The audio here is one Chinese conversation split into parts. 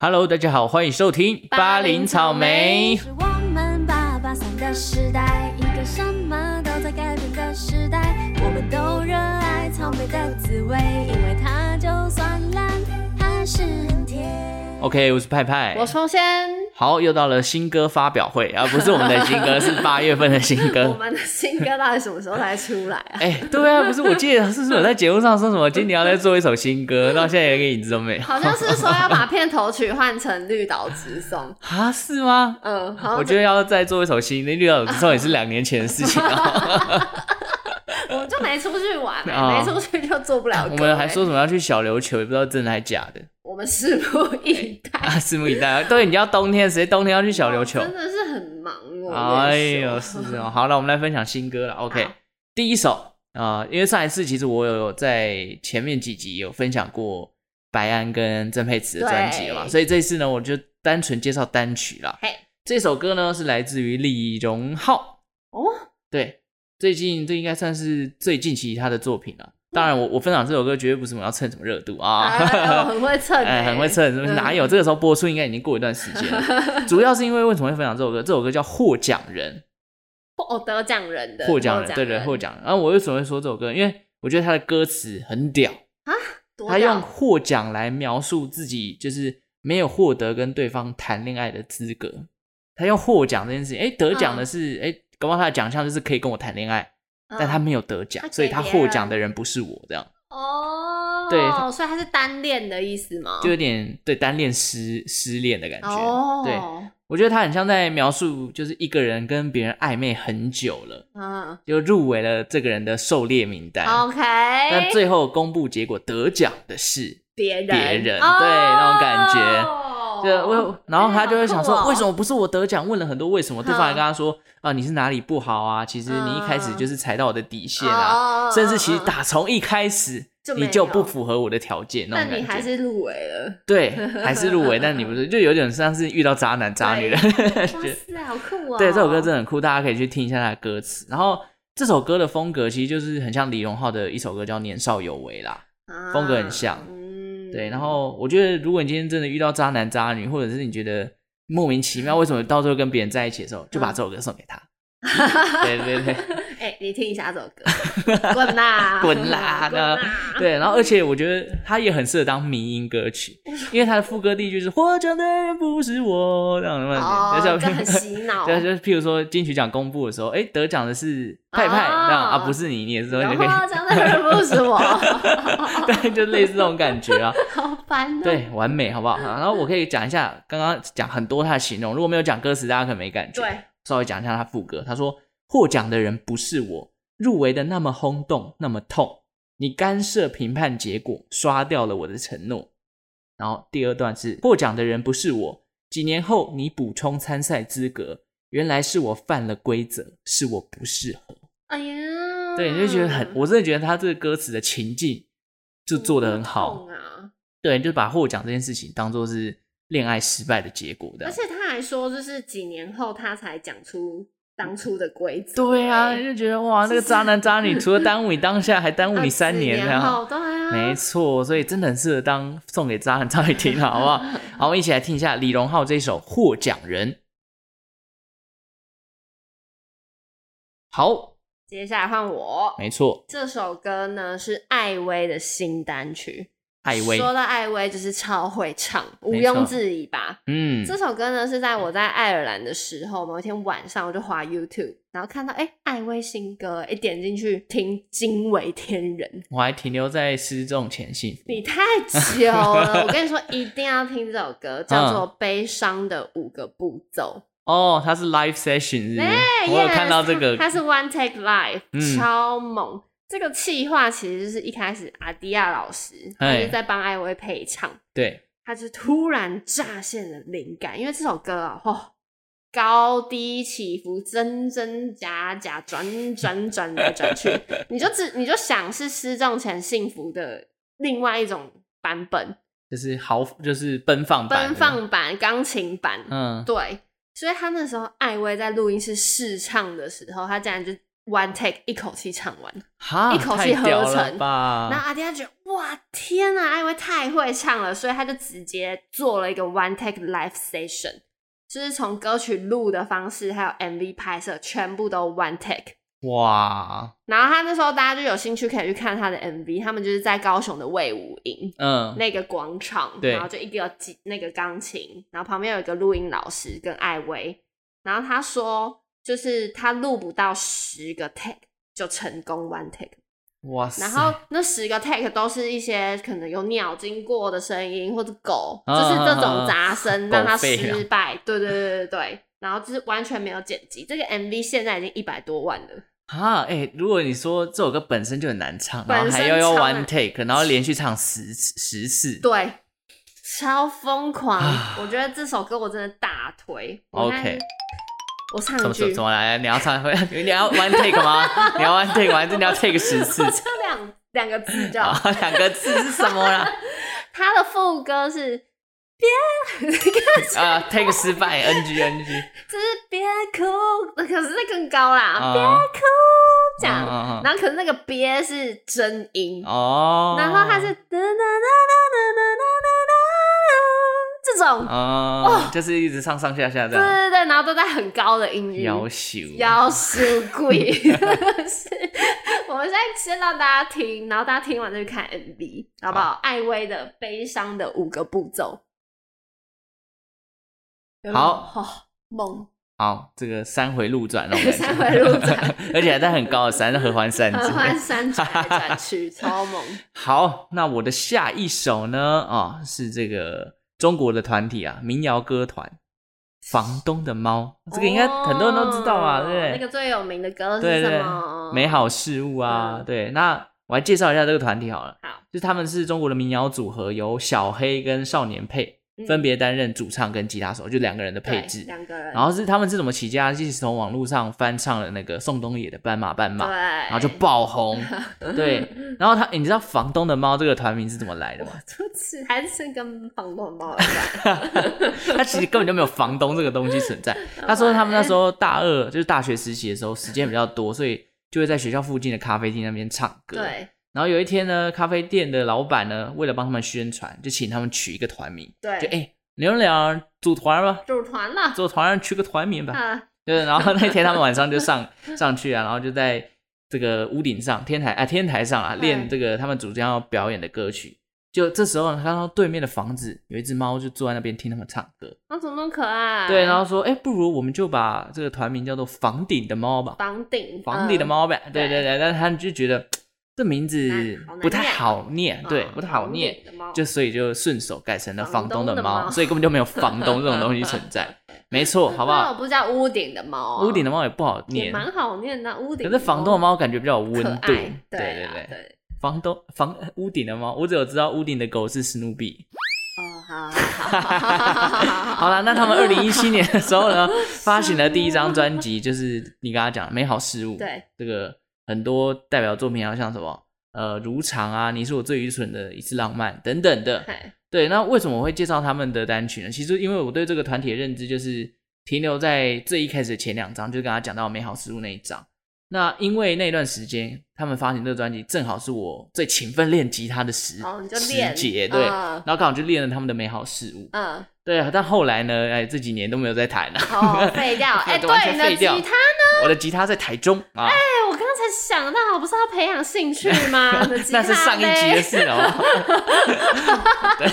Hello，大家好，欢迎收听巴林草莓是我们八八三的时代，一个什么都在改变的时代。我们都热爱草莓的滋味，因为它就算烂，还是很甜。 OK，我是派派，我是风仙，好，又到了新歌发表会啊，不是我们 的新歌，是八月份的新我歌。们的新歌到底什么时候才出来啊？哎、对啊，不是我记得是不是我在节目上说什么今年要再做一首新歌，到现在连个影子都没 有 好像是说要把片头曲换成《绿岛直送》。啊？是吗？ 嗯，好我像觉得要再做一首新，那绿岛之后也是两年前的事情 啊。我们就没出去玩、欸啊没出去就做不了歌、我们还说什么要去小琉球，也不知道真的还假的我们拭目以待。啊！拭目以待啊。对，你要冬天，谁冬天要去小琉球？真的是很忙哦。哎我呦，跟你是说哦。 好了，我们来分享新歌了。OK，好第一首啊、呃因为上一次其实我有在前面几集有分享过白安跟曾沛慈的专辑了嘛，对所以这一次呢，我就单纯介绍单曲啦。嘿，这首歌呢是来自于李荣浩， 哦，对，最近这应该算是最近期他的作品了。当然我，我分享这首歌绝对不是我们要蹭什么热度 啊，哎我很会蹭、欸，哎，很会蹭，嗯哪有？这个时候播出应该已经过一段时间 了。主要是因为为什么会分享这首歌？这首歌叫《获奖人获得奖人的》，获奖人，对对，获奖人。然后我为什么会说这首歌？因为我觉得他的歌词很屌，多他用屌获奖来描述自己就是没有获得跟对方谈恋爱的资格。他用获奖这件事情，哎，得奖的是，哎、搞不好他的奖项就是可以跟我谈恋爱，但他嗯嗯没有得奖他，给所以他别获人奖的人不是我，这样哦，对他所以他是单恋的意思吗？就有点对单恋失失恋的感觉。嗯哦，对我觉得他很像在描述，就是一个人跟别人暧昧很久了，嗯就入围了这个人的狩猎名单， ，OK，哎但最后公布结果得奖的是，别人别人哦对那种感觉对，哎我然后他就会想说，好酷哦为什么不是我得奖？问了很多为什么，对方还跟他说啊，你是哪里不好啊？其实你一开始就是踩到我的底线啊，哦甚至其实嗯嗯打从一开始就没你有就不符合我的条件，那那种你还感觉。是入围了， 对，还是入围，但你不是，就有点像是遇到渣男渣女了。 哇觉得塞，好酷哦！对，这首歌真的很酷，大家可以去听一下它的歌词。然后这首歌的风格其实就是很像李荣浩的一首歌叫《年少有为》啦。的风格很像嗯，对，然后我觉得如果你今天真的遇到渣男渣女，或者是你觉得莫名其妙为什么到最后跟别人在一起的时候，就把嗯这首歌送给 他。对对对哎，你听一下这首 歌，滚啦，滚啦 滚啦！对，然后而且我觉得它也很适合当迷音歌曲，因为它的副歌第一句是“获奖的人不是我”，这样的哦，就这是很洗脑，对，就是譬如说金曲奖公布的时候，哎，得奖的是派派，哦这样啊，不是你，你也是说你然就可以，后讲的人不是我， 对，就类似这种感觉啊，好烦 哦。对，完美，好不好？啊然后我可以讲一下刚刚讲很多他的形容，如果没有讲歌词，大家可能没感觉。，对，稍微讲一下他副歌，他说获奖的人不是我，入围的那么轰动，那么痛，你干涉评判结果，刷掉了我的承诺。然后第二段是获奖的人不是我，几年后你补充参赛资格，原来是我犯了规则，是我不适合。哎呀，嗯对，你就觉得很，我真的觉得他这个歌词的情境就做得很好痛，啊！对，就把获奖这件事情当做是恋爱失败的结果的而。且他还说，就是几年后他才讲出当初的规则。对啊，欸就觉得哇，那个渣男渣女除了耽误你当下，还耽误你三年啊这几年样。后对啊， 没错，所以真的很适合当送给渣男渣女听，好不 好？好，我们一起来听一下李荣浩这首《获奖人》。好，接下来换我。没错，这首歌呢是艾薇的新单曲。艾薇，说到艾薇，就是超会唱，毋没错庸置疑吧。嗯，这首歌呢是在我在爱尔兰的时候，某一天晚上我就滑 YouTube，然后看到哎、艾薇新歌，一点进去听，惊为天人。我还停留在失重前戏。你太久了，我跟你说，一定要听这首歌，叫嗯做《悲伤的五个步骤》。哦，他是 live session 是不是？哎我有 yes，看到这个，它是 One Take Live，、嗯超猛。这个企划其实就是一开始阿迪亚老师，他哎就是在帮艾薇配唱，对，他就突然乍现了灵感，因为这首歌啊，哦，高低起伏，真真假假，转转转来转去，你就只你就想是失重前幸福的另外一种版本，就是豪，就是奔放版的，奔放版、钢琴版，嗯，对，所以他那时候艾薇在录音室试唱的时候，他竟然就 one take 一口气唱完，哈，一口气太屌合了成吧？那、后阿迪亚觉得哇天啊！因为太会唱了，所以他就直接做了一个 one take live session，就是从歌曲录的方式，还有 MV 拍摄，全部都 one take。哇，然后他那时候大家就有兴趣可以去看他的 MV，他们就是在高雄的魏武营嗯，那个广场，对然后就一个吉那个钢琴，然后旁边有一个录音老师跟艾薇，然后他说就是他录不到十个 take 就成功 one take。哇塞，然后那十个 take 都是一些可能有鸟经过的声音，或者狗，啊就是这种杂声啊啊让它狗吠啊失败。对对对对对，然后就是完全没有剪辑。这个 MV 现在已经一百多万了，啊，哎、如果你说这首歌本身就很难唱，然后本身还要要唱 one 很 take，然后连续唱十次十次，对，超疯狂啊。我觉得这首歌我真的大推。我看 OK，我唱怎一么怎么句怎，么来？你要唱， 你要 one take 吗？你要 one take 吗？还是你要 take 十次我？唱两两个字就好。啊，两个字是什么 啦？它的副歌是啊，take 失败，NG NG 就是别哭，可是那更高啦，啊别哭这样。嗯嗯嗯然后可是那个憋是真音，哦，然后它是哒哒哒哒哒哒哒哒这种，哦，就是一直上上下下这对样，啊对对，然后都在很高的音域，要求妖是鬼，是。我们现在先让大家听，然后大家听完再去看 MV，好不好？艾薇的《悲伤的五个步骤》有没有，好哦梦，好，这个三回路转那种感觉， 三回路转， 而且还在很高的山，在合欢山之类合的欢山转来转去，超猛。 好，那我的下一首呢？啊、是这个中国的团体啊，民谣歌团《房东的猫》，这个应该很多人都知道啊，哦对不对？那个最有名的歌对是对什对么？美好事物啊，嗯对。那我来介绍一下这个团体好了，好，就是他们是中国的民谣组合，由小黑跟少年配嗯分别担任主唱跟吉他手，就两个人的对配置。两个人，然后是他们是怎么起家？就是从网络上翻唱了那个宋冬野的《斑马斑马对，》，然然后就爆红。 对，然后他，你知道房东的猫这个团名是怎么来的吗？ 就是还是跟房东猫一样， 他其实根本就没有房东这个东西存在。他说他们那时候大二就是大学实习的时候，时间比较多，所以就会在学校附近的咖啡厅那边唱歌。。对然后有一天呢，咖啡店的老板呢，为了帮他们宣传，就请他们取一个团名，对，就哎、你们俩组团吧，组团了组团取个团名吧。啊，对。然后那天他们晚上就上上去啊，然后就在这个屋顶上天台啊天台上啊嗯练这个他们主将要表演的歌曲。就这时候呢，看到对面的房子有一只猫，就坐在那边听他们唱歌。那怎么那么可爱？对，然后说，哎，不如我们就把这个团名叫做“房顶的猫”吧，房顶，嗯房顶的猫呗。对对对哎对，但是他们就觉得这名字难好难不太念好念嗯，，对，嗯不太好念，，房顶的猫就所以就顺手改成了“房房东东的的猫猫”，所以根本就没有“房东”这种东西存在。没 错，好不那我好？不叫屋顶的猫啊，屋顶的猫也不好也念，蛮好念的，啊屋可顶。是房东的猫感觉比较有可温爱，度。对对啊对，对。房东房屋顶的猫，我只有知道屋顶的狗是史努比。 哦，好好好好好啊好好好好，了，那他们二零一七年的时候呢，发行了第一张专辑，就是你刚刚讲的《美好事物》。对，这个很多代表作品，好像什么呃《如常》啊，《你是我最愚蠢的一次浪漫》等等 的。 嘿对，那为什么我会介绍他们的单曲呢？其实因为我对这个团体的认知就是停留在最一开始的前两张，就是刚刚讲到《美好事物》那一张。那因为那段时间他们发行这个专辑，正好是我最勤奋练吉他的时、哦，你就时练节，对，嗯然后刚好就练了他们的《美好事物》。嗯，对啊，但后来呢，哎，这几年都没有在弹了、哦，废掉，哎，完全对，你的废掉吉他 我的吉他在台中啊，哎，我刚才想到，不是要培养兴趣吗？你的吉 他那是上一集的嘞事哦。 对，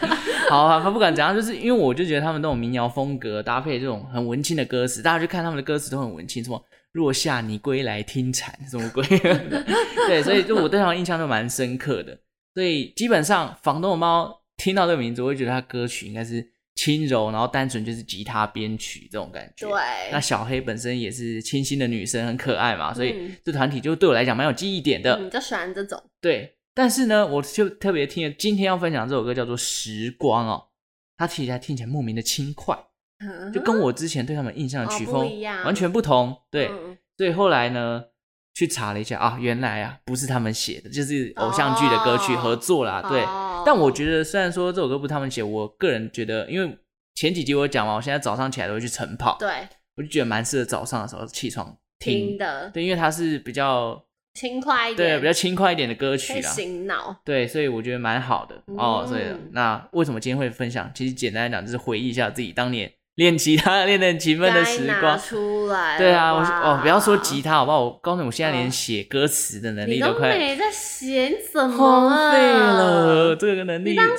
好啊，不管怎样，就是因为我就觉得他们那种民谣风格搭配这种很文青的歌词，大家去看他们的歌词都很文青，什么“若下你归来听蝉”什么鬼， 对，所以就我对他们印象都蛮深刻的。所以基本上，房东的猫听到这个名字，我会觉得他歌曲应该是轻柔，然后单纯就是吉他编曲这种感觉。那对，小黑本身也是清新的女生，很可爱嘛，所以嗯这团体就对我来讲蛮有记忆点的。你就喜欢这种，对，但是呢，我就特别听了今天要分享这首歌叫做《时光》哦，它听起来听起来莫名的轻快，就跟我之前对他们印象的嗯哦曲不风一样完全不同。对，嗯所以后来呢，去查了一下啊，原来啊不是他们写的，就是偶像剧的歌曲哦合作啦。啊对，哦但我觉得虽然说这首歌不是他们写，我个人觉得，因为前几集我有讲嘛，我现在早上起来都会去晨跑，对我就觉得蛮适合早上的时候起床听的，对，因为它是比较轻快一对点，比较轻快一点的歌可曲以啦。醒脑。对，所以我觉得蛮好的哦。所以嗯那为什么今天会分享？其实简单来讲，就是回忆一下自己当年练吉他、练得很勤奋的该时拿光。出来了吧。对啊，我是哦，不要说吉他好不好？我告诉你，我现在哦连写歌词的能你力都快没在写，你怎么荒啊废了，？这个能你力。当初不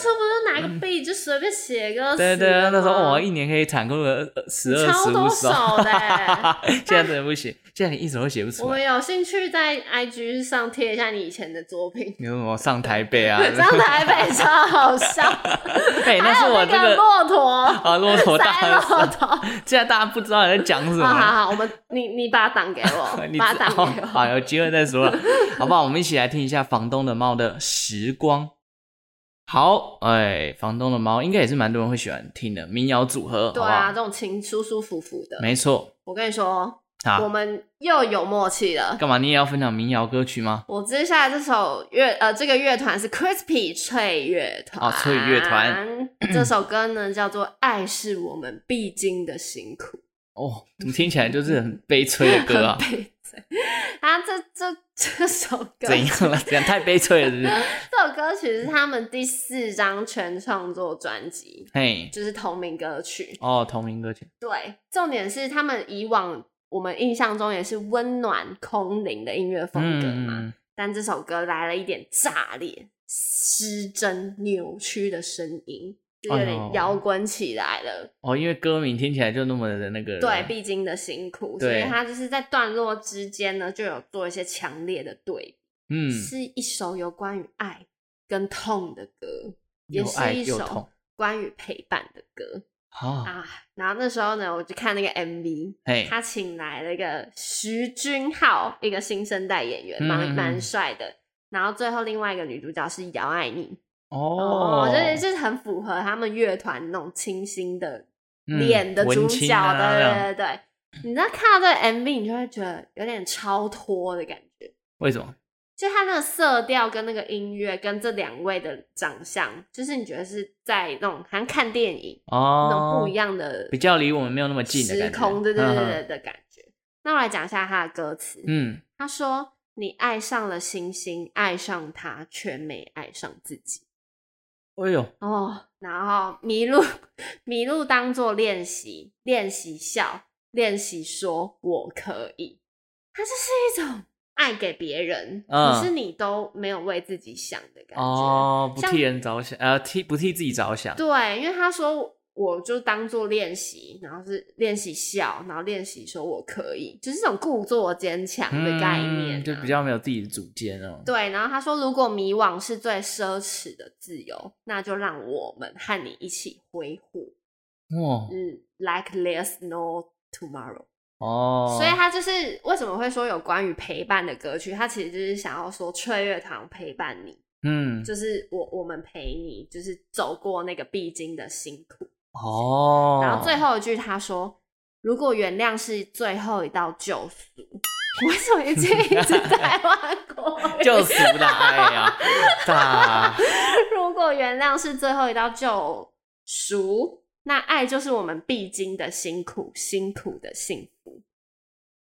是拿个笔就随便写歌词？对对，那时候哇，一年可以产出个十二超十五多首的欸 现在真的不行，现在你一首都写不我出来，们。有兴趣在 IG 上贴一下你以前的作品 你有什么上台北 啊？这样台北超好笑。 哎，那还是有我那这个个骆驼，啊骆驼大塞骆驼。现在大家不知道你在讲什好 好么。好，我们你你把档给我， 你把知档道给我。好，有机会再说了， 好不好？我们一起来听一下房东的猫的《时光》。好，哎，房东的猫应该也是蛮多人会喜欢听的民谣组合，对好不啊，好这？种情舒舒服服的，没错，我跟你说，我啊，们又有默契了。干嘛？你也要分享民谣歌曲吗？我接下来这首乐呃，这个乐团是 Crispy 脆乐团哦脆乐团 这首歌呢叫做《爱是我们必经的辛苦哦，怎么听起来就是很悲催的》， 歌啊？很悲催。啊，这这这首歌，怎样了？怎样太悲催了，是不是？ 这首歌曲是他们第四张全创作专辑，嘿，就是同名歌曲。哦，同名歌曲，对，重点是他们以往我们印象中也是温暖空灵的音乐风格嘛，嗯，嗯但这首歌来了一点炸裂、失真、扭曲的声音，就有哎呦点摇滚起来了。哦，因为歌名听起来就那么的那个了，嗯对，必经的辛苦，所以对它就是在段落之间呢，就有做一些强烈的对比，嗯，是一首有关于爱跟痛的歌，也又爱是一又痛首关于陪伴的歌啊，啊。然后那时候呢，我就看那个 MV，嘿，他请来了一个徐君浩，一个新生代演员，蛮嗯嗯嗯蛮帅的。然后最后另外一个女主角是姚爱妮，哦，就是就是很符合他们乐团那种清新的嗯脸的主文角青的，啊这样对对对对。你知道看到这个 MV，你就会觉得有点超脱的感觉，为什么？就他那个色调跟那个音乐跟这两位的长相，就是你觉得是在那种好像看电影、那种哦不一，样的比较离我们没有那么近的时感觉空，对对对对对嗯的感觉。那我来讲一下他的歌词，嗯，他说：“你爱上了星星，爱上他，却没爱上自己。”哎呦，哦，然后迷路，迷路当做练习，练习笑，练习说我可以。它就是一种爱给别人，嗯可是你都没有为自己想的感觉。哦，不像替人着想，呃，替不替自己着想，对，因为他说我就当做练习，然后是练习笑，然后练习说我可以，就是这种故作坚强的概念啊、嗯就比较没有自己的主见哦。对，然后他说，如果迷惘是最奢侈的自由，那就让我们和你一起挥霍。哦嗯，like there's no tomorrow。哦，所以他就是为什么会说有关于陪伴的歌曲，他其实就是想要说翠乐堂陪伴你，嗯，就是我我们陪你，就是走过那个必经的辛苦。哦，然后最后一句他说，如果原谅是最后一道救赎， 为什么一直一直 在外国语？救赎的爱哎呀，大 如果原谅是最后一道救赎，那爱就是我们必经的辛苦，辛苦的幸福，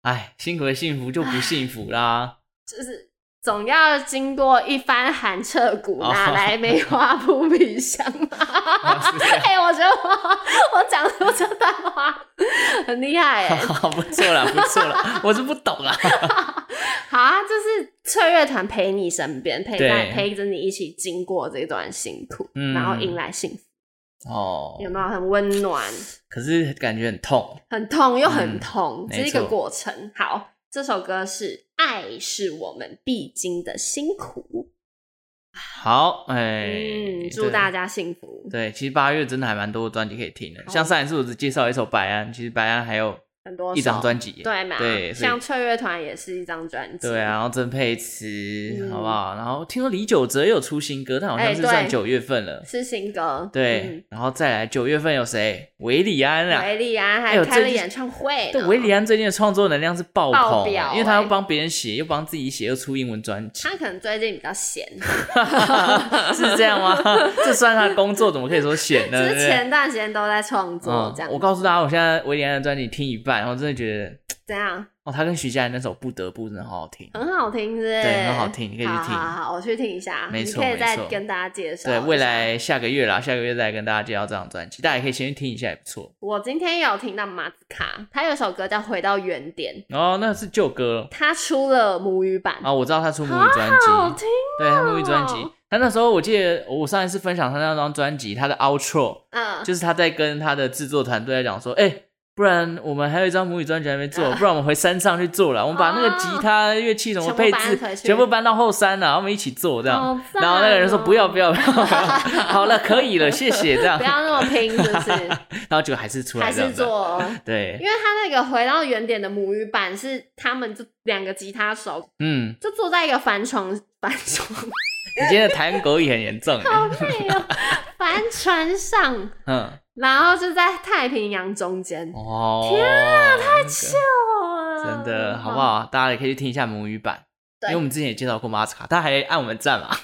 哎，辛苦的幸福就不幸福 啦。就是总要经过一番寒彻骨，哦哪 来梅花扑鼻香啊 是这样哎、我觉得我 我讲出这段话很厉害哎、 不错啦，不错啦，我是不懂啊 啦。好啊，就是翠乐团陪你身边，陪在对陪着你一起经过这段辛苦，嗯然后迎来幸福，哦，有没有很温暖？可是感觉很痛。很痛又很嗯痛，没这是一个错过程。好，这首歌是《爱是我们必经的辛苦》，好，哎，嗯，祝大家。家幸福，对，其实八月真的还蛮多专辑可以听的，好像上一次我只介绍一首《白安》，其实《白安》还有很多一张首专辑，对嘛？对，所以像翠乐团也是一张专辑，对啊，，然后曾沛慈、嗯好不好？然后听说李玖哲也有出新歌，但好哎像是算对九月份了。是新歌，对，嗯然后再来九月份有谁？韦礼安啊维。利哎安还呦开最了近演唱会呢，对，韦啊礼安最近的创作能量是爆爆棚啊，表因为他要哎帮别人写，又帮自己写，又出英文专 辑， 他可能最近比较闲，是这样吗？ 这算他的工作，怎么可以说闲 呢？对之不对前段时间都在创作，嗯这样，我告诉大家，我现在维里安的专辑听一半，然后真的觉得怎样？哦，他跟徐佳莹那首《不得不》真的好好听。很好听是不是？对很好听你可以去好听好好，我去听一下，没错你可以再没错跟大家介绍一对，下。未来下个月啦，下个月再跟大家介绍这张专辑，大家也可以先去听一下，也不错。我今天有听到马子卡，他有一首歌叫《回到原点》，哦，那是旧歌了他出了母语版，啊、我知道他出母语专辑，好听对他母语专辑。他那时候我记得我上一次分享他那张专辑，他的 outro 嗯，就是他在跟他的制作团队在讲说，哎、不然我们还有一张母语专辑还没 做，不然我们回山上去做了，我们把那个吉他、乐器什么哦全部配搬置回去全部搬到后山了，然后我们一起做这样。好赞然后那个人说哦不要不要不要， 好了可以了，谢谢这样不。要那么拼，是不是？然后结果还是出来还这样是子。做哦，因对，为他那个回到原点的母语版是他们就两个吉他手嗯，就坐在一个帆船 帆船，你今天的台湾狗语很严重欸。好 累哦，帆船上，嗯，然后就在太平洋中间，啊哦，天啊，太巧哇哦真的好不？好？大家也可以去听一下母语版，因对为我们之前也介绍过马斯卡，他还按我们赞嘛。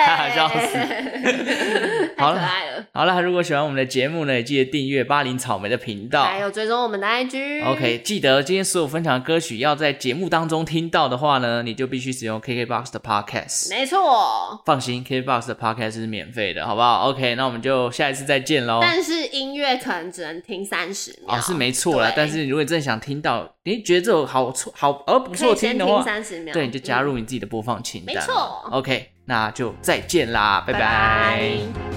对，笑死 太好可了爱了。好了，如果喜欢我们的节目呢，也记得订阅巴林草莓的频道。还有追踪我们的 IG。 OK，记得今天所有分享的歌曲要在节目当中听到的话呢，你就必须使用 KKBOX 的 Podcast。没错。放心，KKBOX 的 Podcast 是免费的，好不好？OK，那我们就下一次再见喽。但是音乐可能只能听三十秒。哦，是没错啦对。但是如果你真的想听到，你觉得这首好错好而不可错以先的听话，三十秒，对，你就加嗯入你自己的播放清单。没错 OK，那就再见啦，拜嗯拜拜。拜